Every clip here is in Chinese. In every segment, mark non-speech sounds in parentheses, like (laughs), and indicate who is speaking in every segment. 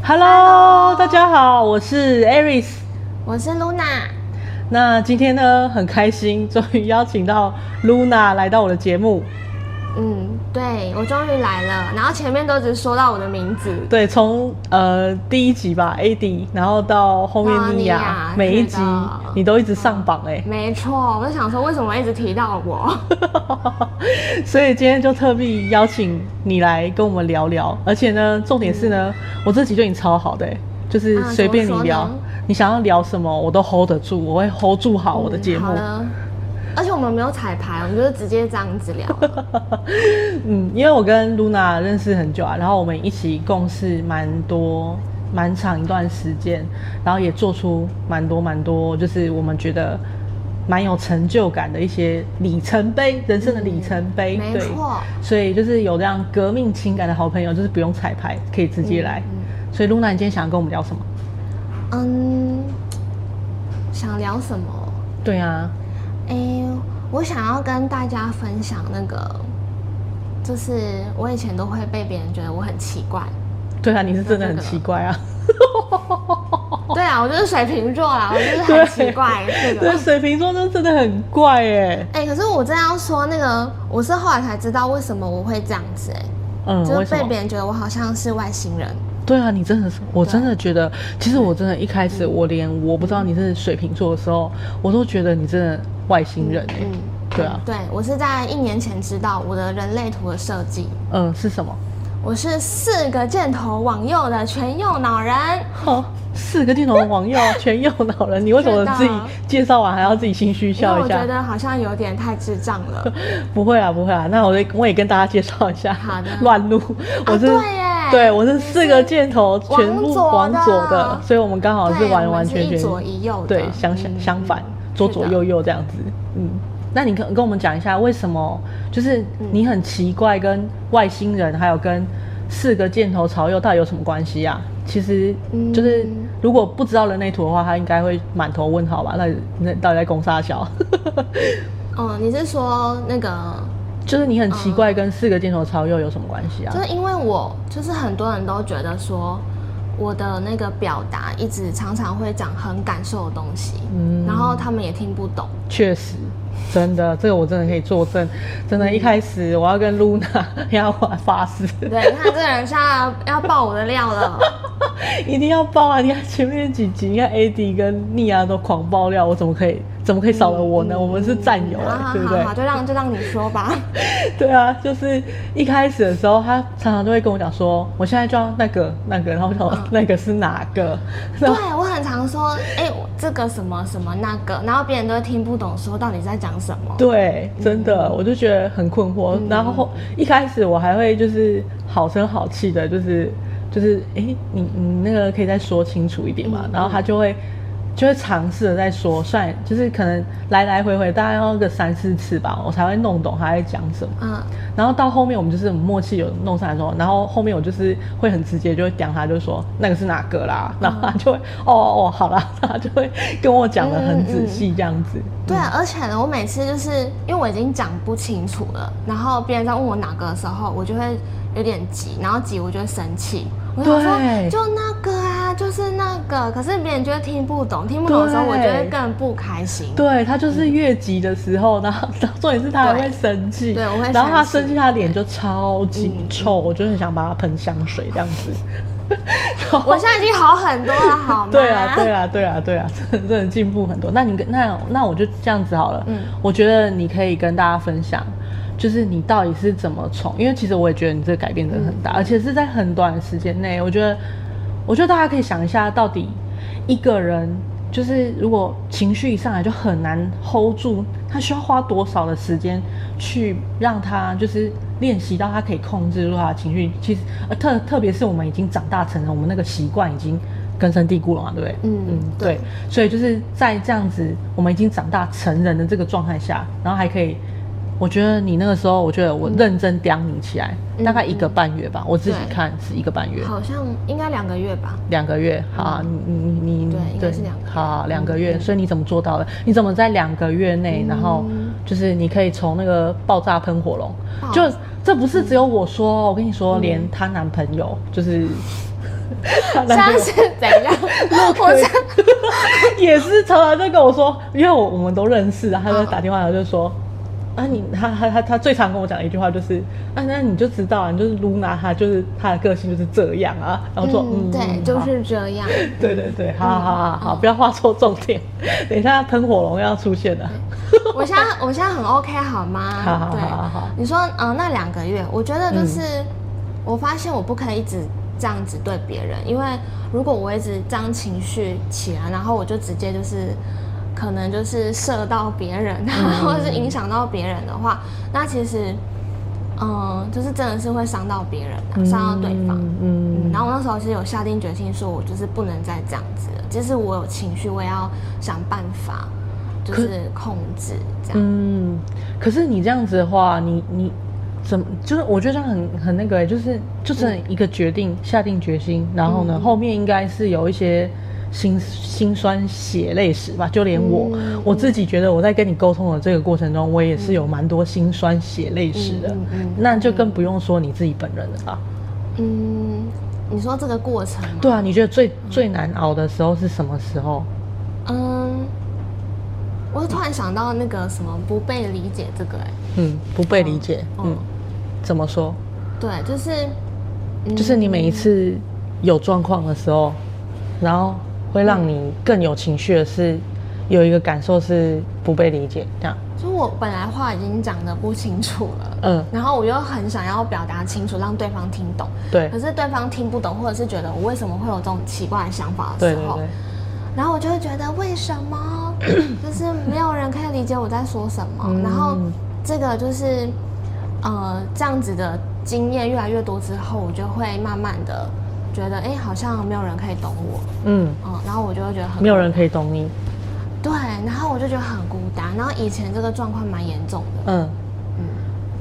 Speaker 1: Hello，大家好，我是 Aris。
Speaker 2: 我是 Luna，
Speaker 1: 那今天呢，很开心，终于邀请到 Luna 来到我的节目。
Speaker 2: 嗯，对我终于来了，然后前面都只说到我的名字，
Speaker 1: 对，从呃第一集吧，AD，然后到后
Speaker 2: 到
Speaker 1: 面妮
Speaker 2: 妮
Speaker 1: 雅
Speaker 2: 雅，
Speaker 1: 每一集
Speaker 2: 对的
Speaker 1: 你都一直上榜哎、
Speaker 2: 没错，我就想说为什么一直提到我？
Speaker 1: 所以今天就特地邀请你来跟我们聊聊，而且呢，重点是呢，我这集对你超好的、欸就是
Speaker 2: 嗯啊
Speaker 1: 随便你
Speaker 2: 怎么说
Speaker 1: 聊，
Speaker 2: 呢
Speaker 1: 你想要聊什么我都 hold 得住，我会 hold 住好哦我的节目
Speaker 2: 嗯好。了，而且我们没有彩排，我们就是直接这样
Speaker 1: (laughs)
Speaker 2: 子聊。
Speaker 1: 哎嗯，因为我跟 Luna 认识很久啊，然后我们一起共事蛮多、蛮长一段时间，然后也做出蛮多蛮多，就是我们觉得蛮有成就感的一些里程碑，人生的里程碑。
Speaker 2: 嗯没
Speaker 1: 对，
Speaker 2: 错，
Speaker 1: 所以就是有这样革命情感的好朋友，就是不用彩排，可以直接来。所以 Luna，你今天想要跟我们聊什么？
Speaker 2: 嗯，想聊什么？
Speaker 1: 对啊，
Speaker 2: 哎、我想要跟大家分享那个，就是我以前都会被别人觉得我很奇怪。
Speaker 1: 对啊，你是真的很
Speaker 2: 那这个
Speaker 1: 奇怪啊。
Speaker 2: 对啊，我就是水瓶座啦，我就是很
Speaker 1: (laughs)
Speaker 2: 奇怪这个
Speaker 1: 哦对，。水瓶座都真的很怪哎、
Speaker 2: 哎、可是我真的要说，那个我是后来才知道为什么我会这样子、哎、
Speaker 1: 嗯，
Speaker 2: 就
Speaker 1: 为
Speaker 2: 是
Speaker 1: 什
Speaker 2: 被
Speaker 1: 么？
Speaker 2: 别人觉得我好像是外星人。
Speaker 1: 对啊，你真的是，我
Speaker 2: 对
Speaker 1: 真的觉得，其实我真的一开始，我连我不知道你是水瓶座的时候，我都觉得你真的外星人哎、
Speaker 2: 嗯，
Speaker 1: 对啊，
Speaker 2: 对，我是在一年前知道我的人类图的设计，
Speaker 1: 嗯，是什么？
Speaker 2: 我是四个箭头往右的全右脑人。
Speaker 1: 哦，四个镜头往右，全右脑人，你为什么
Speaker 2: 真的
Speaker 1: 自己介绍完还要自己心虚
Speaker 2: 因为
Speaker 1: 笑
Speaker 2: 我
Speaker 1: 一下
Speaker 2: 觉？得好像有点太智障了。
Speaker 1: (laughs) 不会啊，不会啊，那我也我也跟大家介绍一下，
Speaker 2: 好的啊
Speaker 1: 乱录，我是、
Speaker 2: 对耶
Speaker 1: 对我是四个箭头全部往
Speaker 2: 往
Speaker 1: 左
Speaker 2: 左的
Speaker 1: 的，所以我们刚好哦是
Speaker 2: 对
Speaker 1: 完
Speaker 2: 我们
Speaker 1: 完
Speaker 2: 是
Speaker 1: 全全
Speaker 2: 一左一右的
Speaker 1: 对相相
Speaker 2: 嗯
Speaker 1: 相反，
Speaker 2: 嗯
Speaker 1: 左
Speaker 2: 是
Speaker 1: 左
Speaker 2: 的
Speaker 1: 右右这样子，嗯。那你跟跟我们讲一下，为什么就是
Speaker 2: 嗯
Speaker 1: 你很奇怪，跟外星人还有跟四个箭头朝右到底有什么关系啊？其实就是
Speaker 2: 嗯
Speaker 1: 如果不知道人类图的话，他应该会满头问号吧？那那到底在攻啥小？ (laughs)
Speaker 2: 哦、你是说那个？
Speaker 1: 就是你很奇
Speaker 2: 哦
Speaker 1: 怪，跟四个箭头朝右有什么关系啊
Speaker 2: 就？是因为我，就是很多人都觉得说，我的那个表达一直常常会讲很感受的东西，
Speaker 1: 嗯
Speaker 2: 然后他们也听不
Speaker 1: (laughs)
Speaker 2: 懂。
Speaker 1: 确实，真的，这个我真的可以作证。真
Speaker 2: 嗯
Speaker 1: 的，一开始我要跟 Luna 要发誓，
Speaker 2: 对，你看这个人现在要要爆我的料了，
Speaker 1: 一定要爆啊！你看前面几集，你
Speaker 2: (laughs)
Speaker 1: 看 AD 跟妮亚都狂爆料，我怎么可以怎么可以少了 (laughs) 我
Speaker 2: 嗯
Speaker 1: 呢？我们是战友、
Speaker 2: 好
Speaker 1: 哎，
Speaker 2: 好
Speaker 1: 对不
Speaker 2: 啊好
Speaker 1: 对？
Speaker 2: 好，就让就让你说
Speaker 1: (laughs)
Speaker 2: 吧。
Speaker 1: 对啊，就是一开始的时候，他常常都会跟我讲说，我现在就要那个那个，然后我想、
Speaker 2: 嗯
Speaker 1: 说那个是哪个？ (laughs)
Speaker 2: 对
Speaker 1: 然后
Speaker 2: 我很常说，哎、我这个什么什么那个，然后别人都会听不懂，说到底在讲什么。
Speaker 1: 对，真的，我就觉得很困惑。
Speaker 2: 嗯
Speaker 1: 然后一开始我还会就是好声好气的，就是就是，哎，你你那个可以再说清楚一点嘛。
Speaker 2: 嗯
Speaker 1: 然后他就会就会尝试的再说，算就是可能来来回回大概要个三四次吧，我才会弄懂他在讲什么。
Speaker 2: 嗯，
Speaker 1: 然后到后面我们就是很默契有弄上来之后，然后后面我就是会很直接就会讲他，就说那个是哪个
Speaker 2: 嗯
Speaker 1: 啦，然后他就会哦哦哦好啦， (laughs) 他就会跟我讲的很仔细这样子。
Speaker 2: 嗯对
Speaker 1: 嗯
Speaker 2: 啊，而且呢，我每次就是因为我已经讲不清楚了，然后别人在问我哪个的时候，我就会有点急，然后急我就会生气，我就想
Speaker 1: 对
Speaker 2: 说就那个啊，就是那个，可是别人就会听不懂，听不懂的时候，
Speaker 1: 对
Speaker 2: 我就会更不开心。
Speaker 1: 对他就是越急的时候，然后然后重点是他还会生气，
Speaker 2: 对我会
Speaker 1: 然后他
Speaker 2: 生
Speaker 1: 生
Speaker 2: 气嗯
Speaker 1: 气，他脸就超级臭，我就很想把他喷香水这样
Speaker 2: (laughs)
Speaker 1: 子。然后
Speaker 2: 我现在已经好很多了，好吗？
Speaker 1: 对啊，对啊，对啊，对啊，真的真的进步很多。那你跟那那我就这样子好了。
Speaker 2: 嗯
Speaker 1: 我觉得你可以跟大家分享，就是你到底是怎么从，因为其实我也觉得你这个改变真的很大，而且是在很短的时间内。我觉得，我觉得大家可以想一下，到底一个人就是如果情绪一上来就很难 hold 住，他需要花多少的时间去让他就是练习到他可以控制住他的情绪。其实，呃，特特别是我们已经长大成人，我们那个习惯已经根深蒂固了嘛，对不对？
Speaker 2: 嗯
Speaker 1: 对。所以就是在这样子，我们已经长大成人的这个状态下，然后还可以。我觉得你那个时候，我觉得我认真刁你起来，
Speaker 2: 嗯
Speaker 1: 大概一个半月吧，我自己
Speaker 2: 对
Speaker 1: 看是一个半月。
Speaker 2: 好像应该两个月吧。
Speaker 1: 两个月，好啊，你你你你
Speaker 2: 对应该是两个月嗯
Speaker 1: 好两个月，所以你怎么做到的？你怎么在两个月内，然后就是你可以从那个爆炸喷火龙，
Speaker 2: 爆嗯
Speaker 1: 就这不是只有我说哦，我跟你说，连她男朋友就是她
Speaker 2: 现
Speaker 1: 男朋
Speaker 2: 在
Speaker 1: 友
Speaker 2: 是
Speaker 1: (laughs)
Speaker 2: 怎样？我现在
Speaker 1: 也是常常在跟我说，因为我我们都认识啊，他
Speaker 2: 嗯
Speaker 1: 就打电话来就说，啊你他他他他最常跟我讲的一句话就是，啊那你就知道啊，你就是 Luna，他就是他的个性就是这样啊，然后说嗯
Speaker 2: 嗯，对，就
Speaker 1: 好
Speaker 2: 是嗯这样。
Speaker 1: 对对对，好好好好好，不要画错重点，等一下喷火龙要出现了，
Speaker 2: 我现在我现在很 OK 好吗？
Speaker 1: 好好好
Speaker 2: 嗯对
Speaker 1: 好好
Speaker 2: 你说，嗯、那两个月，我觉得就是、我发现我不可以一直这样子对别人，因为如果我一直这样情绪起来，然后我就直接就是可能就是射到别人， (laughs) 或者是影响到别人的话，那其实嗯、就是真的是会伤到别人的、伤到对方。
Speaker 1: 嗯
Speaker 2: 嗯，然后我那时候其实有下定决心，说我就是不能再这样子了。即使我有情绪，我也要想办法，就
Speaker 1: 可
Speaker 2: 是控制这样。
Speaker 1: 嗯，可是你这样子的话，你你怎么就是我觉得这样很很那个、欸，就是就是一个决定、下定决心，然后呢，
Speaker 2: 嗯
Speaker 1: 后面应该是有一些心心酸血泪史吧。就连我、
Speaker 2: 嗯
Speaker 1: 我自己觉得我在跟你沟通的这个过程中，我也是有蛮多心酸血泪史的，
Speaker 2: 嗯嗯嗯
Speaker 1: 那就更不用说你自己本人了吧。
Speaker 2: 嗯，你说这个过程吗？
Speaker 1: 对啊，你觉得最、最难熬的时候是什么时候？
Speaker 2: 嗯，我突然想到那个什么不被理解这个、哎，
Speaker 1: 嗯，不被理解，
Speaker 2: 嗯
Speaker 1: 嗯，怎么说？
Speaker 2: 对，就是，嗯
Speaker 1: 就是你每一次有状况的时候，然后会让你更有情绪的是，有一个感受是不被理解，这样，
Speaker 2: 就我本来话已经讲的不清楚了，
Speaker 1: 嗯，
Speaker 2: 然后我又很想要表达清楚，让对方听懂，
Speaker 1: 对
Speaker 2: 可，是对方听不懂，或者是觉得我为什么会有这种奇怪的想法的
Speaker 1: 对
Speaker 2: 时
Speaker 1: 对
Speaker 2: 候，
Speaker 1: 对，
Speaker 2: 然后我就会觉得为什
Speaker 1: (coughs)
Speaker 2: 么，就是没有人可以理解我在说什么。
Speaker 1: 嗯
Speaker 2: 然后这个就是，呃，这样子的经验越来越多之后，我就会慢慢的觉得，哎、好像没有人可以懂我，
Speaker 1: 嗯，
Speaker 2: 嗯，然后我就会觉得很
Speaker 1: 没有人可以懂你，
Speaker 2: 对，然后我就觉得很孤单。然后以前这个状况蛮严重的，
Speaker 1: 嗯，
Speaker 2: 嗯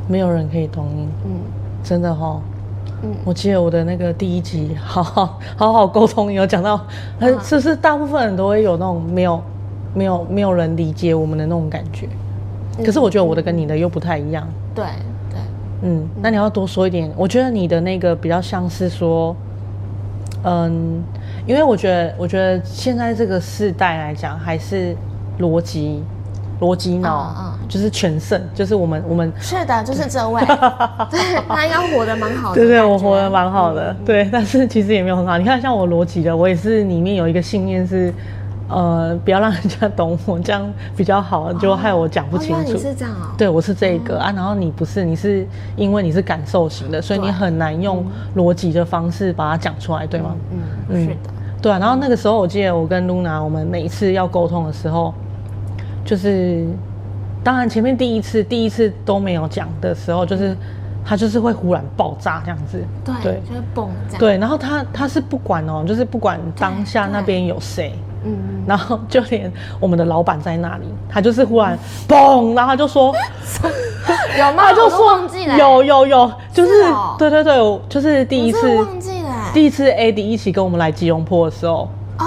Speaker 1: 没有人可以懂你，
Speaker 2: 嗯
Speaker 1: 真的哈。
Speaker 2: 嗯，
Speaker 1: 我记得我的那个第一集，好好好好沟通，有讲到，很
Speaker 2: 嗯
Speaker 1: 是不是大部分人都会有那种没有没有没有人理解我们的那种感觉？
Speaker 2: 嗯
Speaker 1: 可是我觉得我的跟你的又不太一样，
Speaker 2: 对对，
Speaker 1: 嗯，那你要多说一点。我觉得你的那个比较像是说，嗯，因为我觉得，我觉得现在这个世代来讲，还是逻辑、逻辑脑、
Speaker 2: 嗯
Speaker 1: 就是全胜，就是我们我们，
Speaker 2: 是的，就是
Speaker 1: (laughs)
Speaker 2: 这位，对，他应该活得嗯蛮好的，
Speaker 1: 对对，我
Speaker 2: 感觉
Speaker 1: 活得蛮好的，对，但是其实也没有很好。你看，像我逻辑的，我也是里面有一个信念是，呃，不要让人家懂我，这样比较好，就害我讲不
Speaker 2: 哦
Speaker 1: 清
Speaker 2: 原来
Speaker 1: 楚。
Speaker 2: 你是这样哦，
Speaker 1: 对，我是这一个、啊，然后你不是，你是因为你是感受型的，所以你很难用逻辑的方式把它讲出来，对吗？
Speaker 2: 嗯
Speaker 1: 嗯
Speaker 2: 嗯，是的，
Speaker 1: 对啊，然后那个时候我记得我跟 Luna，我们每一次要沟通的时候，就是当然前面第一次第一次都没有讲的时候，就是他就是会忽然爆炸这样子，
Speaker 2: 嗯对，就是蹦这样，，
Speaker 1: 对，然后他他是不管哦，就是不管当下那边有谁，
Speaker 2: 嗯，
Speaker 1: 然后就连我们的老板在那里，他就是忽
Speaker 2: 嗯
Speaker 1: 然嘣，然后他就说。
Speaker 2: (laughs) 有吗？
Speaker 1: 他啊就
Speaker 2: 啊我都
Speaker 1: 说
Speaker 2: 忘记了，欸
Speaker 1: 有有有，就是
Speaker 2: 是哦
Speaker 1: 对对对，我就是第一
Speaker 2: 我真
Speaker 1: 次
Speaker 2: 的忘记了
Speaker 1: 第一次 AD 一起跟我们来吉隆坡的时候，
Speaker 2: 哦，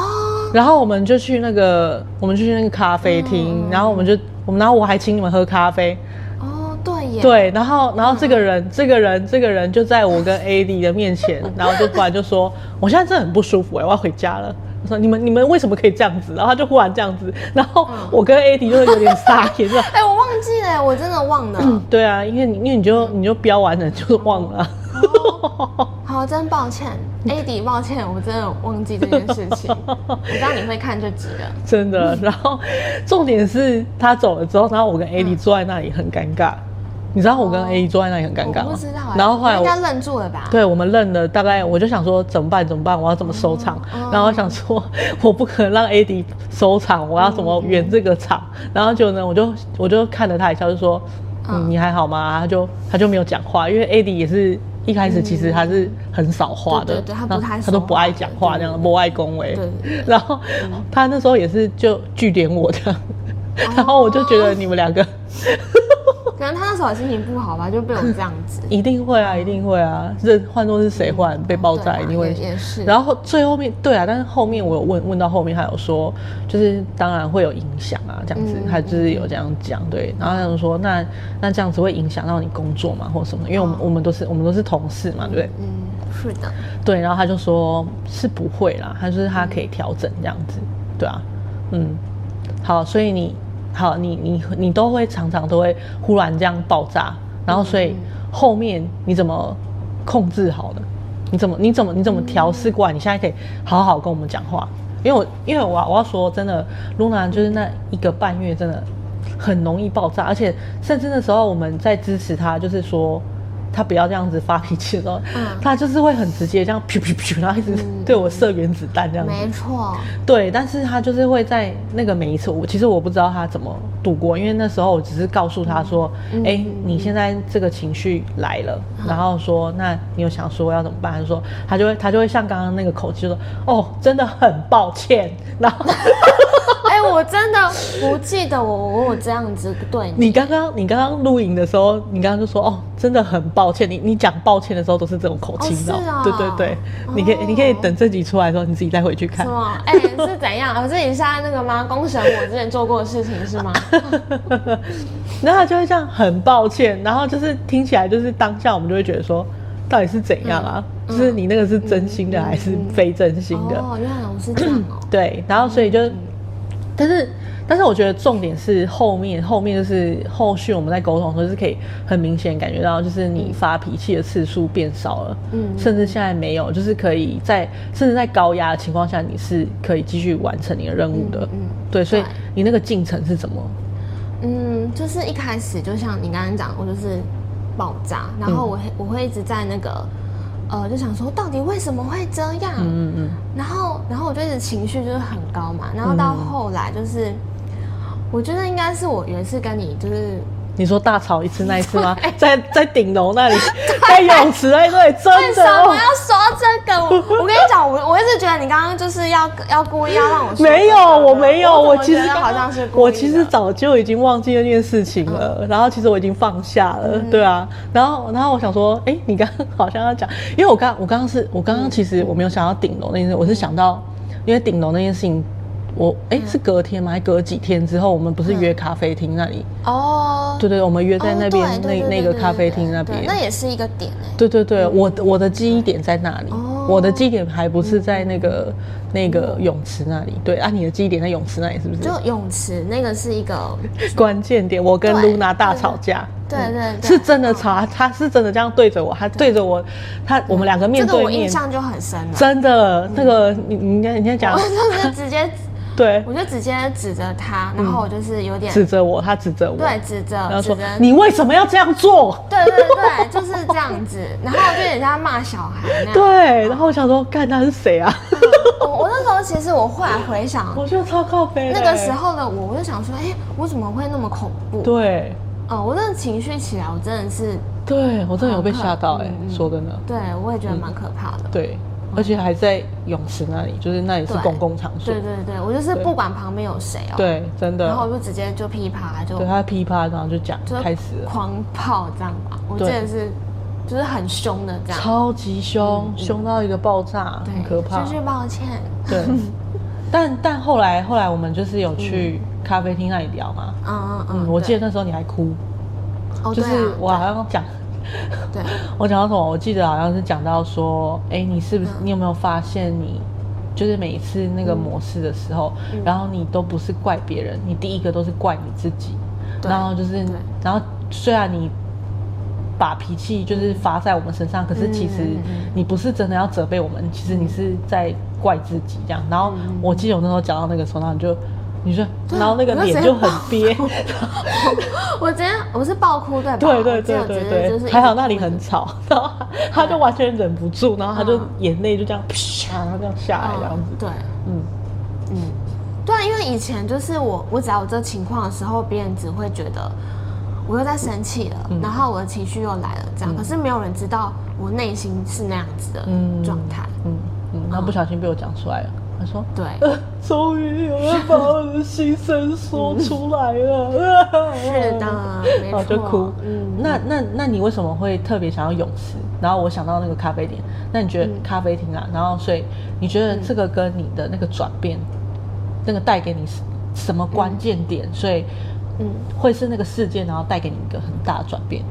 Speaker 1: 然后我们就去那个我们就去那个咖啡
Speaker 2: 嗯
Speaker 1: 厅，然后我们就我们然后我还请你们喝咖啡，
Speaker 2: 哦，对耶，，
Speaker 1: 对，然后然后这个人这个人这个人就在我
Speaker 2: (laughs)
Speaker 1: 跟 AD 的面前，然后就突然就说我现在真的很不舒服哎、我要回家了。我说你们你们为什么可以这样子？然后他就忽然这样子，然后我跟 AD 就会有点傻眼，就
Speaker 2: 哎，我忘记了，我真的忘了，
Speaker 1: 对啊，因为你因为你就你就标完了就是忘了啊。
Speaker 2: 好，真抱歉，AD，抱
Speaker 1: 嗯
Speaker 2: 歉，我真的忘记这件事
Speaker 1: (laughs)
Speaker 2: 情，我知道你会看这集的，
Speaker 1: 真
Speaker 2: 嗯
Speaker 1: 的。然后重点是他走了之后，然后我跟 AD 坐在那里很尴尬。你知道我跟
Speaker 2: 嗯哦
Speaker 1: AD 坐在那里很尴尬吗
Speaker 2: 我不知道哎，，
Speaker 1: 然后后来
Speaker 2: 我应该
Speaker 1: 我。
Speaker 2: 愣住了吧？，
Speaker 1: 对我们愣了大概，我就想说怎么办？怎么办？我要怎么收场？
Speaker 2: 哦
Speaker 1: 然后我想说，我不可能让 AD 收场，我要怎么圆这个场？然后就呢，我就我就看了他一下，就说：“嗯，
Speaker 2: 嗯
Speaker 1: 你还好吗？”他就他就没有讲话，因为 AD 也是一开始其实他是很少话的，
Speaker 2: 嗯对对对他不
Speaker 1: 然后
Speaker 2: 太
Speaker 1: 他都
Speaker 2: 说
Speaker 1: 不
Speaker 2: 话
Speaker 1: 爱讲话，
Speaker 2: 对对
Speaker 1: 这样不爱恭维。
Speaker 2: 对对
Speaker 1: 然后他那时候也是就据点我这样，
Speaker 2: 哦
Speaker 1: 然后我就觉得你们两个
Speaker 2: 可能他那时候心情不好吧，就被我这样子，
Speaker 1: 一定会啊，一定会啊，这换作是谁换被 (laughs) 爆炸
Speaker 2: 对啊
Speaker 1: 一定会
Speaker 2: 也。也是，
Speaker 1: 然后最后面对啊，但是后面我有问问到后面，他有说，就是当然会有影响啊，这样子，
Speaker 2: 嗯
Speaker 1: 他就是有这样讲对。然后他就说，那那这样子会影响到你工作嘛，或什么的？因为我们、
Speaker 2: 哦
Speaker 1: 我们都是我们都是同事嘛，对不对？
Speaker 2: 嗯，是的，
Speaker 1: 对，然后他就说是不会啦，他就是他可以调整这样子，对啊，嗯，好，所以你好，你你你都会常常都会忽然这样爆炸，然后所以后面你怎么控制好的？你怎么你怎么你怎么调试过来？你现在可以好好跟我们讲话，因为我因为我要我要说真的，露娜就是那一个半月真的很容易爆炸，而且甚至那时候我们在支持她，就是说。她不要这样子发脾气的时候，
Speaker 2: 嗯
Speaker 1: 她就是会很直接这样，噗噗噗，然后一直
Speaker 2: 嗯
Speaker 1: 对我射原子弹这样子。(laughs)
Speaker 2: 没错，
Speaker 1: 对，但是他就是会在那个每一次，我其实我不知道他怎么度过，因为那时候我只是告诉他说，哎、
Speaker 2: 嗯嗯嗯
Speaker 1: 你现在这个情绪来了，然后说，那你有想说要怎么办？他就说，他就会他就会像刚刚那个口气就说，哦，真的很抱歉，然
Speaker 2: (laughs)
Speaker 1: 后
Speaker 2: 哎、我真的不记得我我有这样子对你，
Speaker 1: 你刚刚你刚刚录影的时候，你刚刚就说，哦，真的很抱歉，你你讲抱歉的时候都是这种口气，
Speaker 2: 哦
Speaker 1: 你知道
Speaker 2: 是哦哦
Speaker 1: 对对对，你可以、你可以等这集出来的时候，你自己再回去看
Speaker 2: 什。么？哎、是怎样？ (laughs) 我自己杀那个吗？公审我之前做过的事情是吗？
Speaker 1: 然后他就会这样很抱歉，然后就是听起来就是当下我们就会觉得说，到底是怎样啊？
Speaker 2: 嗯
Speaker 1: 就是你那个是真心的还是非真心的？
Speaker 2: 哦，嗯原来我是这样
Speaker 1: (clears throat)
Speaker 2: 哦。
Speaker 1: 对，然后所以就，但是但是我觉得重点是后面后面就是后续我们在沟通的时候，就是可以很明显感觉到，就是你发脾气的次数变少了，
Speaker 2: 嗯
Speaker 1: 甚至现在没有，就是可以在甚至在高压的情况下，你是可以继续完成你的任务的，
Speaker 2: 嗯
Speaker 1: 对，所以
Speaker 2: 对
Speaker 1: 你那个进程是怎么？
Speaker 2: 嗯，就是一开始就像你刚刚讲，我就是爆炸，然
Speaker 1: 嗯
Speaker 2: 后我会、我会一直在那个呃，就想说到底为什么会这样？
Speaker 1: 嗯嗯
Speaker 2: 然后然后我就一直情绪就是很高嘛，然后
Speaker 1: 嗯
Speaker 2: 到后来就是，我觉得应该是我有一次跟你就是
Speaker 1: 你说大吵一次那一次
Speaker 2: (laughs)
Speaker 1: 吗？在在顶楼那里，在泳池那里，
Speaker 2: 为
Speaker 1: 真
Speaker 2: 什
Speaker 1: 的哦
Speaker 2: 么要说这个？我我跟你讲，我我一直觉得你刚刚就是要要故意要让我说这个
Speaker 1: (laughs) 没有，我没有，我
Speaker 2: 我怎么
Speaker 1: 其实
Speaker 2: 觉得好像是故意的嗯
Speaker 1: 我其实早就已经忘记那件事情了，然后其实我已经放下了，对啊，然后然后我想说，哎，你刚刚好像要讲，因为我刚我刚刚是我
Speaker 2: 嗯
Speaker 1: 刚刚其实我没有想到顶楼那件事，我是想到因为顶楼那件事情。我哎、
Speaker 2: 嗯
Speaker 1: 是隔天吗？还隔几天之后，我们不是约咖啡厅那里？
Speaker 2: 哦，
Speaker 1: 对对，我们约在
Speaker 2: 哦
Speaker 1: 那
Speaker 2: 对
Speaker 1: 边、
Speaker 2: 对对
Speaker 1: 那那
Speaker 2: 对
Speaker 1: 个
Speaker 2: 对
Speaker 1: 咖啡
Speaker 2: 对
Speaker 1: 厅那
Speaker 2: 对
Speaker 1: 边。
Speaker 2: 那也是一个点哎。
Speaker 1: 对对对，我的我的记忆点在那里，
Speaker 2: 哦
Speaker 1: 我的记忆点还不是在那个、那个泳池那里。对啊，你的记忆点在泳池那里是不是？
Speaker 2: 就泳池那个是一个，
Speaker 1: 关键点，我跟
Speaker 2: 对
Speaker 1: 露娜大吵架。嗯
Speaker 2: 对对嗯对，
Speaker 1: 是真的吵，他是真的这样对着我，他对着我，他我们两个面
Speaker 2: 嗯这个
Speaker 1: 对
Speaker 2: 我印
Speaker 1: 面，
Speaker 2: 象就哦很深了。
Speaker 1: 真的那个你你应该你应该讲
Speaker 2: (laughs) 我，就是直接，
Speaker 1: 对，
Speaker 2: 我就直接指着他，然后我就是有点
Speaker 1: 指着我，他指着我，
Speaker 2: 对指
Speaker 1: 然后
Speaker 2: 着指
Speaker 1: 说
Speaker 2: 着，
Speaker 1: 你为什么要这样做？
Speaker 2: 对对对，就是这样子，然后就有点像骂小孩那样。
Speaker 1: 对，然后我想说，干他是谁啊？ (laughs)
Speaker 2: 我我那时候其实我后来回想
Speaker 1: 我觉得超靠背的
Speaker 2: 那个时，候的我，我就想说，哎、我怎么会那么恐怖？
Speaker 1: 对
Speaker 2: 呃，我那个情绪起来，我真的是，
Speaker 1: 对，我真的有被吓到哎、
Speaker 2: 嗯嗯
Speaker 1: 说真的。
Speaker 2: 对我也觉得蛮
Speaker 1: 嗯
Speaker 2: 可怕的。
Speaker 1: 对，而且还在泳池那里，就是那里是
Speaker 2: 哦对
Speaker 1: 公共场所
Speaker 2: 对，对对，我就是
Speaker 1: 对
Speaker 2: 不管旁边有谁哦、
Speaker 1: 对，真
Speaker 2: 然后
Speaker 1: 的，
Speaker 2: 我就直接就噼啪就
Speaker 1: 对他噼啪，然后就讲
Speaker 2: 就是
Speaker 1: 开始了，
Speaker 2: 狂炮这样吧。我记
Speaker 1: 对
Speaker 2: 得是就是很凶的这样，嗯
Speaker 1: 超级凶，凶到一个爆炸，
Speaker 2: 对
Speaker 1: 很可怕
Speaker 2: 就，是抱歉，
Speaker 1: 对。
Speaker 2: (laughs)
Speaker 1: 但但后来后来我们就是有去咖啡厅那里聊嘛，
Speaker 2: 嗯嗯
Speaker 1: 嗯，
Speaker 2: 嗯，
Speaker 1: 我记
Speaker 2: 对
Speaker 1: 得那时候你还哭，
Speaker 2: 哦
Speaker 1: 就
Speaker 2: 对
Speaker 1: 是
Speaker 2: 啊
Speaker 1: 我好像讲，
Speaker 2: 对，啊
Speaker 1: 我讲到什么，我记得好像是讲到说，哎，你是不是
Speaker 2: 嗯
Speaker 1: 你有没有发现你？就是每一次那个模式的时候，
Speaker 2: 嗯
Speaker 1: 然后你都不是怪别人，你第一个都是怪你自己。
Speaker 2: 对
Speaker 1: 然后就是
Speaker 2: 对，
Speaker 1: 然后虽然你把脾气就是发在我们身上，可是其实
Speaker 2: 嗯嗯嗯
Speaker 1: 你不是真的要责备我们，其实你是在怪自己这样。然后我记得我那时候讲到那个时候，然后你就你就，
Speaker 2: 嗯对
Speaker 1: 然后那个
Speaker 2: 我就
Speaker 1: 脸
Speaker 2: 直接
Speaker 1: 就很憋， (laughs)
Speaker 2: (laughs) 我直接我是爆哭对吧？
Speaker 1: 对对
Speaker 2: 我记
Speaker 1: 对
Speaker 2: 得我直
Speaker 1: 对对，
Speaker 2: 接就是一
Speaker 1: 还
Speaker 2: 直
Speaker 1: 好那里
Speaker 2: 哭
Speaker 1: 很吵，然后他就完全忍不住，然后他就
Speaker 2: 嗯
Speaker 1: 眼泪就这样啪，然后这样下来这样子
Speaker 2: 嗯，对，
Speaker 1: 嗯，
Speaker 2: 嗯，对啊，因为以前就是我，我只要有这情况的时候，别人只会觉得我又在生气了，
Speaker 1: 嗯
Speaker 2: 然后我的情绪又来了，这样。可是没有人知道我内心是那样子的
Speaker 1: 嗯
Speaker 2: 状态。
Speaker 1: 嗯嗯，然后不小心被我讲出来了，他说。呃
Speaker 2: 对，
Speaker 1: 终于有人把我的心声说出来了，
Speaker 2: 嗯 (laughs) 是的，没
Speaker 1: 然后哦
Speaker 2: 错。
Speaker 1: 就哭。
Speaker 2: 嗯，
Speaker 1: 那那那你为什么会特别想要泳池？然后我想到那个咖啡店，那你
Speaker 2: 嗯
Speaker 1: 觉得咖啡厅啊？然后所以你觉得这个跟你的那个转变，那个带给你什什么关键点？所以
Speaker 2: 嗯
Speaker 1: 会是那个事件，然后带给你一个很大的转变。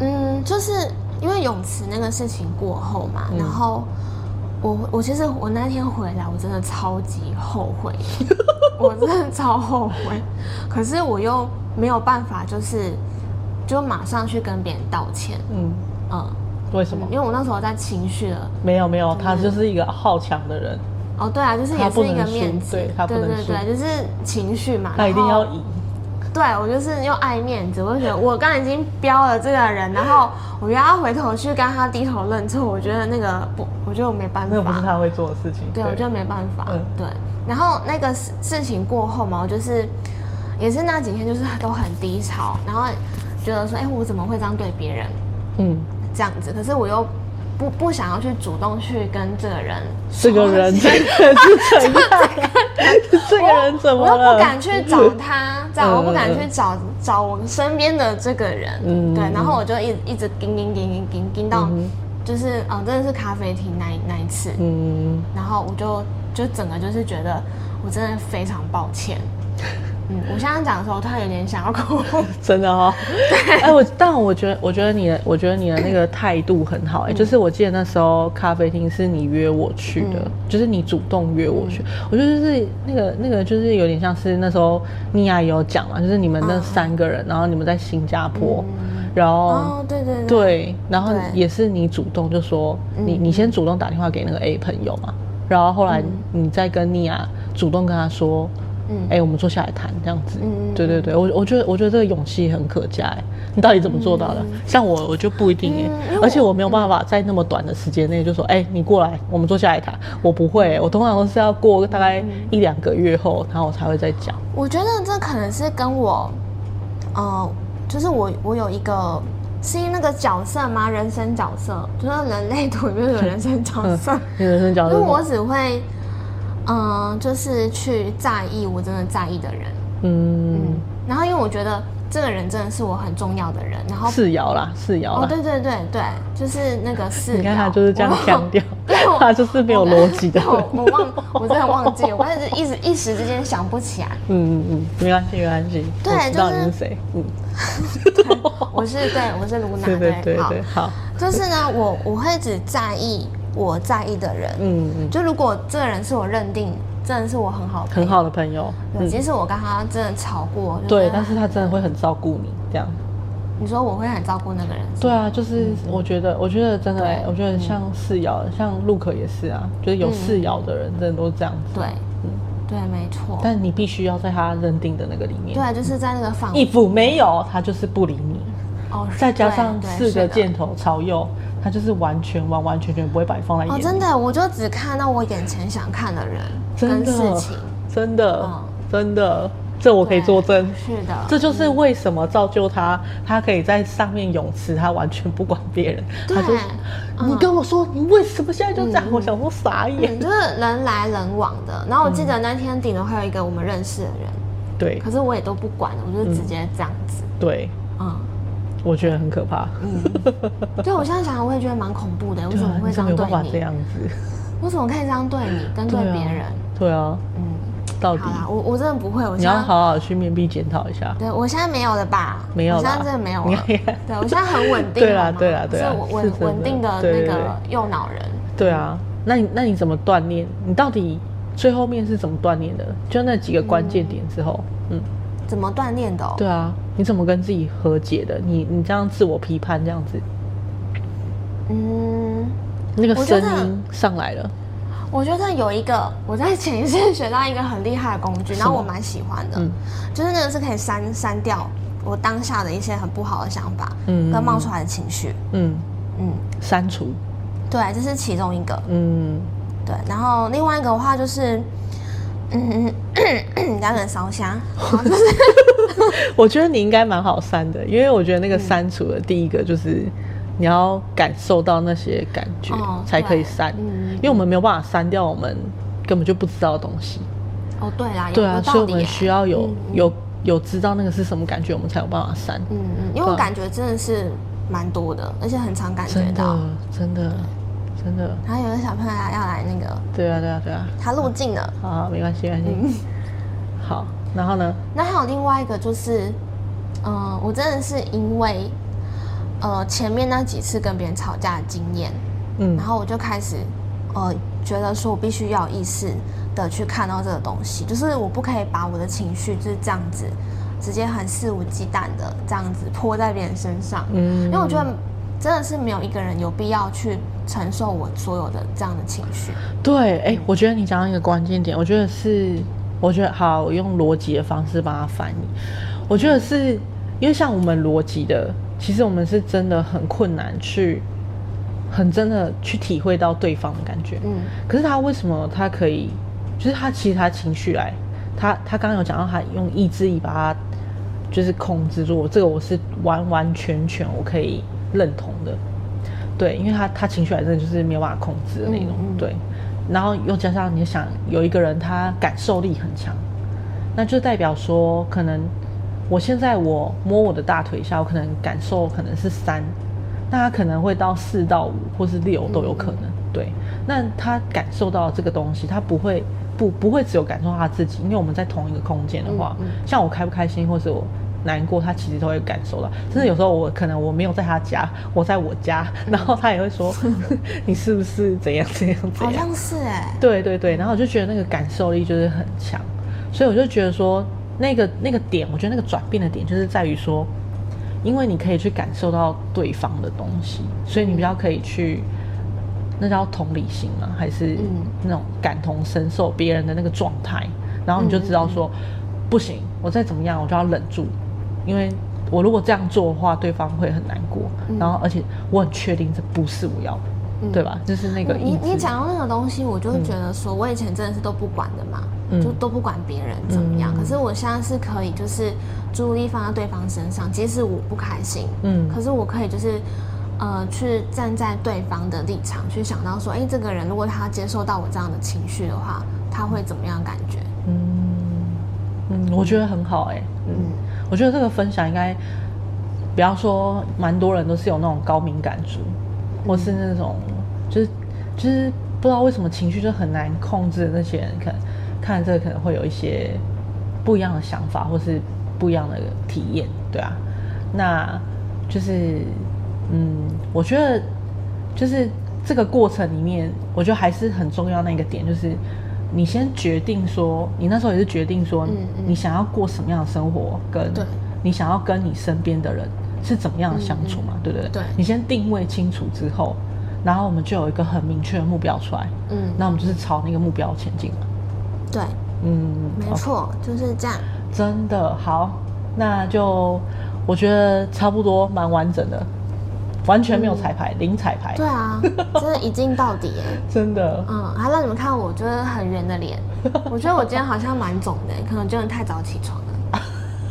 Speaker 2: 嗯，就是因为泳池那个事情过后嘛，
Speaker 1: 嗯
Speaker 2: 然后我我其实我那天回来，我真的超级后悔 (laughs) 的，我真的超后悔，可是我又没有办法，就是就马上去跟别人道歉，
Speaker 1: 嗯，
Speaker 2: 嗯，
Speaker 1: 为什么？
Speaker 2: 因为我那时候在情绪了。
Speaker 1: 没有没有，他就是一个好强的人，
Speaker 2: 哦，对啊，就是
Speaker 1: 他
Speaker 2: 也
Speaker 1: 不
Speaker 2: 是一个
Speaker 1: 能输
Speaker 2: 面子，
Speaker 1: 对他不
Speaker 2: 对
Speaker 1: 能
Speaker 2: 对
Speaker 1: 输
Speaker 2: 对，就是情绪嘛，
Speaker 1: 他一定
Speaker 2: 然后
Speaker 1: 要赢。
Speaker 2: 对我就是又爱面子，我就觉得我刚刚已经标了这个人，然后我又要回头去跟他低头认错，我觉得那个不，我觉得我没办
Speaker 1: 那个不是
Speaker 2: 法，
Speaker 1: 他会做的事情。
Speaker 2: 对我觉得没办法，
Speaker 1: 嗯
Speaker 2: 对。然后那个事事情过后嘛，我就是也是那几天就是都很低潮，然后觉得说，哎，我怎么会这样对别人
Speaker 1: 嗯，
Speaker 2: 这样子？可是我又不不想要去主动去跟这个人
Speaker 1: 这个
Speaker 2: (laughs)
Speaker 1: 人 (laughs) 真的是怎样？ (laughs) 这个人怎么
Speaker 2: 我又
Speaker 1: 了？
Speaker 2: 不敢去找
Speaker 1: (laughs)
Speaker 2: 他，这样
Speaker 1: 嗯
Speaker 2: 我不敢去找找我身边的这个人，
Speaker 1: 嗯
Speaker 2: 对，然后我就一直一直盯盯盯盯盯盯到，就是嗯、呃真的是咖啡厅那一那一次，
Speaker 1: 嗯，
Speaker 2: 然后我就就整个就是觉得我真的非常抱歉，嗯，我现在讲的时候，我突然有点想要哭，
Speaker 1: (laughs) 真的哦。哎，我但我觉得，我觉得你的，我觉得你的那个态度很好。哎，就是我记得那时候咖啡厅是你约我去的，就是你主动约我去。我觉得就是那个那个，就是有点像是那时候妮亚也有讲嘛，就是你们那
Speaker 2: 嗯
Speaker 1: 三个人，然后你们在新加坡，然后
Speaker 2: (laughs) 哦，对对对，
Speaker 1: 对，然后
Speaker 2: 对嗯
Speaker 1: 也是你主动就说你你先主动打电话给那个 A 朋友嘛，然后后来你再跟妮亚主动跟他说，
Speaker 2: 嗯
Speaker 1: 哎、我们坐下来谈这样子。
Speaker 2: 嗯
Speaker 1: 对对对，我我觉得我觉得这个勇气很可嘉哎，你到底怎么做到的？像我我就不一定哎、
Speaker 2: 嗯嗯因为
Speaker 1: 而且我没有办法在那么短的时间内就说，哎、你过来，我们坐下来谈。我不会、
Speaker 2: 嗯
Speaker 1: 哎我通常都是要过大概一两个月后，然后我才会再讲。
Speaker 2: 我觉得这可能是跟我，呃，就是我我有一个是那个角色吗？人生角色，就是人类图里面有人生角
Speaker 1: 嗯
Speaker 2: 色，
Speaker 1: 你人生角
Speaker 2: 因
Speaker 1: 度
Speaker 2: 为，我只会，嗯、就是去在意我真的在意的人，
Speaker 1: 嗯，
Speaker 2: 嗯，然后因为我觉得这个人真的是我很重要的人，然后
Speaker 1: 四爻啦，四爻
Speaker 2: 哦，
Speaker 1: 啦。
Speaker 2: 对对对对，就是那个是，
Speaker 1: 啊你看他就是这样
Speaker 2: 我
Speaker 1: 强调
Speaker 2: (laughs) 对我，
Speaker 1: 他就是没有逻辑的人。
Speaker 2: 我我忘，我真的忘记了，我一直一时一时之间想不起来。
Speaker 1: 嗯嗯嗯，没关系没关系，
Speaker 2: 对
Speaker 1: 我知道
Speaker 2: 就是
Speaker 1: 你是谁。嗯，
Speaker 2: (laughs) 我是对，我是卢娜，
Speaker 1: 对对对
Speaker 2: 好
Speaker 1: 对，，好，
Speaker 2: 就是呢，我我会只在意我在意的人。
Speaker 1: 嗯嗯，
Speaker 2: 就如果这个人是我认定，真的是我很好的朋
Speaker 1: 很
Speaker 2: 友，
Speaker 1: 好的朋友。
Speaker 2: 对。
Speaker 1: 嗯，
Speaker 2: 即使我跟他真的吵过，就
Speaker 1: 对，
Speaker 2: 是
Speaker 1: 但是他真的会很照顾你这样。
Speaker 2: 你说我会很照顾那个人，
Speaker 1: 对啊，就是我觉得，我觉得真的欸
Speaker 2: 嗯对，嗯
Speaker 1: 我觉得像四爻，像陆可也是啊，就是有四爻的人，真的都是这样子。
Speaker 2: 对，对，没错，
Speaker 1: 但你必须要在他认定的那个里面。
Speaker 2: 对，啊就是在那个范围
Speaker 1: 一府没有，他就是不理你。
Speaker 2: 哦，是
Speaker 1: 再加上
Speaker 2: 对对
Speaker 1: 四
Speaker 2: 是的
Speaker 1: 个箭头朝右，他就是完全完完全全不会把你放在眼
Speaker 2: 哦，
Speaker 1: 里。
Speaker 2: 真的，我就只看到我眼前想看的人
Speaker 1: 真
Speaker 2: 跟
Speaker 1: 的
Speaker 2: 事情，
Speaker 1: 真的，
Speaker 2: 嗯
Speaker 1: 真的，这我可以
Speaker 2: 对
Speaker 1: 作证。
Speaker 2: 是的，
Speaker 1: 这就是为什么造就他，他可以在上面泳池，他完全不管别人，他就
Speaker 2: 对，
Speaker 1: 你跟我说你为什么现在就这样？我想说傻眼。
Speaker 2: 嗯就是人来人往的。然后我记得那天顶楼还有一个我们认识的人，
Speaker 1: 对
Speaker 2: 可是我也都不管了，我就直接这样子，
Speaker 1: 对，
Speaker 2: 嗯。
Speaker 1: 我觉得很可怕。
Speaker 2: 对，我现在想想，我也觉得蛮恐怖嗯的。为
Speaker 1: 对
Speaker 2: 什
Speaker 1: 啊
Speaker 2: 么会
Speaker 1: 你
Speaker 2: 这
Speaker 1: 怎么
Speaker 2: 样
Speaker 1: 有办法
Speaker 2: 对
Speaker 1: 这
Speaker 2: 你？
Speaker 1: 样子？
Speaker 2: 为什么可以这样对你，跟对
Speaker 1: 对啊
Speaker 2: 别人？
Speaker 1: 对啊，
Speaker 2: 嗯，
Speaker 1: 到底
Speaker 2: 好啦，我我真的不会。我
Speaker 1: 你
Speaker 2: 现
Speaker 1: 要
Speaker 2: 在
Speaker 1: 好好去面壁检讨一下。
Speaker 2: 对我现在没有了吧？
Speaker 1: 没有
Speaker 2: 我现
Speaker 1: 啦
Speaker 2: 在真的没有
Speaker 1: 你
Speaker 2: 了。对我现在很稳定，
Speaker 1: 对啦
Speaker 2: 好吗
Speaker 1: 对啦对啦啊
Speaker 2: 是我
Speaker 1: 是真
Speaker 2: 稳
Speaker 1: 的
Speaker 2: 稳定的
Speaker 1: 对
Speaker 2: 那
Speaker 1: 对
Speaker 2: 个右脑人。
Speaker 1: 对啊，那你那你怎么锻炼？你到底最后面是怎么锻炼的？就那几个关键点之后，嗯，
Speaker 2: 怎么锻炼的哦？
Speaker 1: 对啊，你怎么跟自己和解的？你你这样自我批判这样子，
Speaker 2: 嗯，
Speaker 1: 那个
Speaker 2: 我觉
Speaker 1: 声
Speaker 2: 得
Speaker 1: 音上来了，
Speaker 2: 我觉得有一个我在潜意识学到一个很厉害的工具，然后我蛮喜欢的，
Speaker 1: 嗯
Speaker 2: 就是那个是可以删删掉我当下的一些很不好的想法，
Speaker 1: 嗯
Speaker 2: 跟冒出来的情绪，
Speaker 1: 嗯，
Speaker 2: 嗯，
Speaker 1: 删除，
Speaker 2: 对，这是其中一个。
Speaker 1: 嗯，
Speaker 2: 对，然后另外一个的话就是，嗯嗯，嗯，两人烧 (laughs) 香，然后就是
Speaker 1: 我觉得你应该蛮好删的，因为我觉得那个删除的第一个就是你要感受到那些感觉
Speaker 2: 哦
Speaker 1: 才可以删，
Speaker 2: 对嗯
Speaker 1: 因为我们没有办法删掉我们根本就不知道的东西，
Speaker 2: 哦，对啦，有
Speaker 1: 对啊，
Speaker 2: 有道
Speaker 1: 所以我
Speaker 2: 理
Speaker 1: 们
Speaker 2: 耶
Speaker 1: 需要有
Speaker 2: 嗯嗯
Speaker 1: 有有知道那个是什么感觉，我们才有办法删，
Speaker 2: 嗯嗯，因为
Speaker 1: 对
Speaker 2: 我
Speaker 1: 啊
Speaker 2: 感觉真的是蛮多的，而且很常感觉
Speaker 1: 真
Speaker 2: 到
Speaker 1: 的。真的真的，
Speaker 2: 然后有的小朋友要要来那个，
Speaker 1: 对啊对啊对啊，
Speaker 2: 他入境了。
Speaker 1: 好好没关系没关系，
Speaker 2: 嗯
Speaker 1: (laughs) 好，然后呢，
Speaker 2: 呃那还有另外一个就是，嗯、我真的是因为呃前面那几次跟别人吵架的经验，
Speaker 1: 嗯
Speaker 2: 然后我就开始呃觉得说我必须要有意识的去看到这个东西，就是我不可以把我的情绪就是这样子直接很肆无忌惮的这样子泼在别人身上，
Speaker 1: 嗯
Speaker 2: 因为我觉得真的是没有一个人有必要去承受我所有的这样的情绪。
Speaker 1: 对，哎、我觉得你讲到一个关键点，我觉得是，我觉得好，我用逻辑的方式帮他翻译。我觉得是因为像我们逻辑的，其实我们是真的很困难去，很真的去体会到对方的感觉。
Speaker 2: 嗯
Speaker 1: 可是他为什么他可以？就是他其实他情绪来，他他刚刚有讲到他用意志力把他就是控制住，这个我是完完全全我可以认同的。对，因为他他情绪来真的就是没有办法控制的那种。
Speaker 2: 嗯嗯
Speaker 1: 对，然后又加上你想有一个人他感受力很强，那就代表说可能我现在我摸我的大腿一下，我可能感受可能是三，那他可能会到四到五或是六都有
Speaker 2: 嗯
Speaker 1: 可能。对，那他感受到这个东西，他不会不不会只有感受他自己，因为我们在同一个空间的话，
Speaker 2: 嗯嗯
Speaker 1: 像我开不开心或是我。难过，他其实都会感受到。甚至有时候我可能我没有在他家，我在我家，
Speaker 2: 嗯
Speaker 1: 然后他也会
Speaker 2: (laughs)
Speaker 1: 说你是不是怎样怎样怎
Speaker 2: 好
Speaker 1: 样。
Speaker 2: 像是哎、
Speaker 1: 对对对，然后我就觉得那个感受力就是很强，所以我就觉得说，那个那个点，我觉得那个转变的点就是在于说，因为你可以去感受到对方的东西，所以你比较可以去，那叫同理心吗？还是
Speaker 2: 嗯
Speaker 1: 那种感同身受别人的那个状态，然后你就知道说，
Speaker 2: 嗯
Speaker 1: 不行，我再怎么样我就要忍住，因为。我如果这样做的话，对方会很难过，
Speaker 2: 嗯
Speaker 1: 然后而且我很确定这不是我要的，
Speaker 2: 嗯
Speaker 1: 对吧？就是那个意
Speaker 2: 你你
Speaker 1: 志
Speaker 2: 讲到那个东西，我就会觉得说，我以前真的是都不管的嘛，
Speaker 1: 嗯
Speaker 2: 就都不管别人怎么样。
Speaker 1: 嗯
Speaker 2: 可是我现在是可以，就是注意力放在对方身上，即使我不开心，
Speaker 1: 嗯
Speaker 2: 可是我可以就是。呃，去站在对方的立场去想到说，哎，这个人如果他接受到我这样的情绪的话，他会怎么样感觉？
Speaker 1: 嗯，嗯，我觉得很好哎、嗯，我觉得这个分享应该，比方说，蛮多人都是有那种高敏感族，
Speaker 2: 嗯
Speaker 1: 或是那种就是就是不知道为什么情绪就很难控制的那些人，可能看这个可能会有一些不一样的想法，或是不一样的体验，对啊，那就是嗯，我觉得就是这个过程里面，我觉得还是很重要那个点，就是你先决定说，你那时候也是决定说，
Speaker 2: 嗯嗯
Speaker 1: 你想要过什么样的生活，跟
Speaker 2: 对
Speaker 1: 你想要跟你身边的人是怎么样的相处嘛，对不对？
Speaker 2: 嗯对
Speaker 1: 你先定位清楚之后，然后我们就有一个很明确的目标出来，
Speaker 2: 嗯，
Speaker 1: 那我们就是朝那个目标前进嘛。
Speaker 2: 对，
Speaker 1: 嗯，
Speaker 2: 没错，就是这样。
Speaker 1: 真的好，那就我觉得差不多蛮完整的，完全没有彩排，零彩排
Speaker 2: 嗯对，啊，真的一镜到底耶。
Speaker 1: 真的。
Speaker 2: 嗯，还让你们看我就是很圆的脸。我觉得我今天好像蛮肿的，可能真的太早起床了。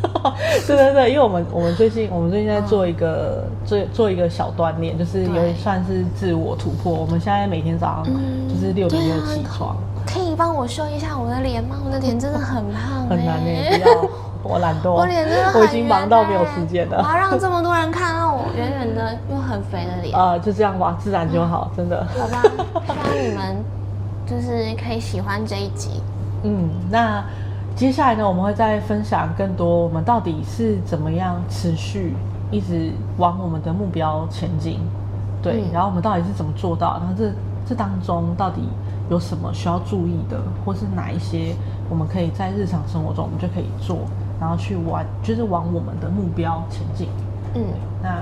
Speaker 1: (laughs) 对对对，因为我们我们最近我们最近在做一个做做一个小锻炼，就是有
Speaker 2: 嗯对
Speaker 1: 点算是自我突破。我们现在每天早上
Speaker 2: 嗯
Speaker 1: 就是六点
Speaker 2: 对
Speaker 1: 就
Speaker 2: 啊
Speaker 1: 起床，
Speaker 2: 可以帮我修一下我的脸吗？我的脸真的很胖、欸，
Speaker 1: 很难呢，不要我懒惰，
Speaker 2: (laughs) 我脸真的啊很圆欸
Speaker 1: 我已经忙到没有时间
Speaker 2: 我
Speaker 1: 了。
Speaker 2: 要让这么多人看到我圆圆的又很肥的脸，
Speaker 1: 呃，就这样吧，自然就好，真的。
Speaker 2: 好吧？希望你们就是可以喜欢这一集。
Speaker 1: 嗯，那接下来呢，我们会再分享更多我们到底是怎么样持续一直往我们的目标前进，对，
Speaker 2: 嗯
Speaker 1: 然后我们到底是怎么做到，然后这这当中到底有什么需要注意的，或是哪一些我们可以在日常生活中我们就可以做，然后去往就是往我们的目标前进。
Speaker 2: 嗯，
Speaker 1: 那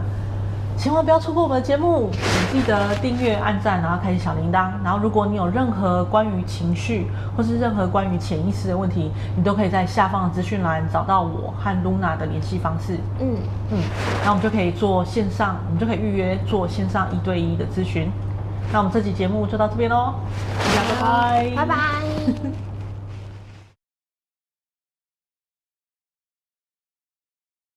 Speaker 1: 千万不要错过我们的节目，请记得订阅、按赞，然后开启小铃铛。然后，如果你有任何关于情绪或是任何关于潜意识的问题，你都可以在下方的资讯栏找到我和 Luna 的联系方式。
Speaker 2: 嗯，
Speaker 1: 嗯，那我们就可以做线上，我们就可以预约做线上一对一的咨询。那我们这期节目就到这边喽，大家拜拜，
Speaker 2: 拜拜。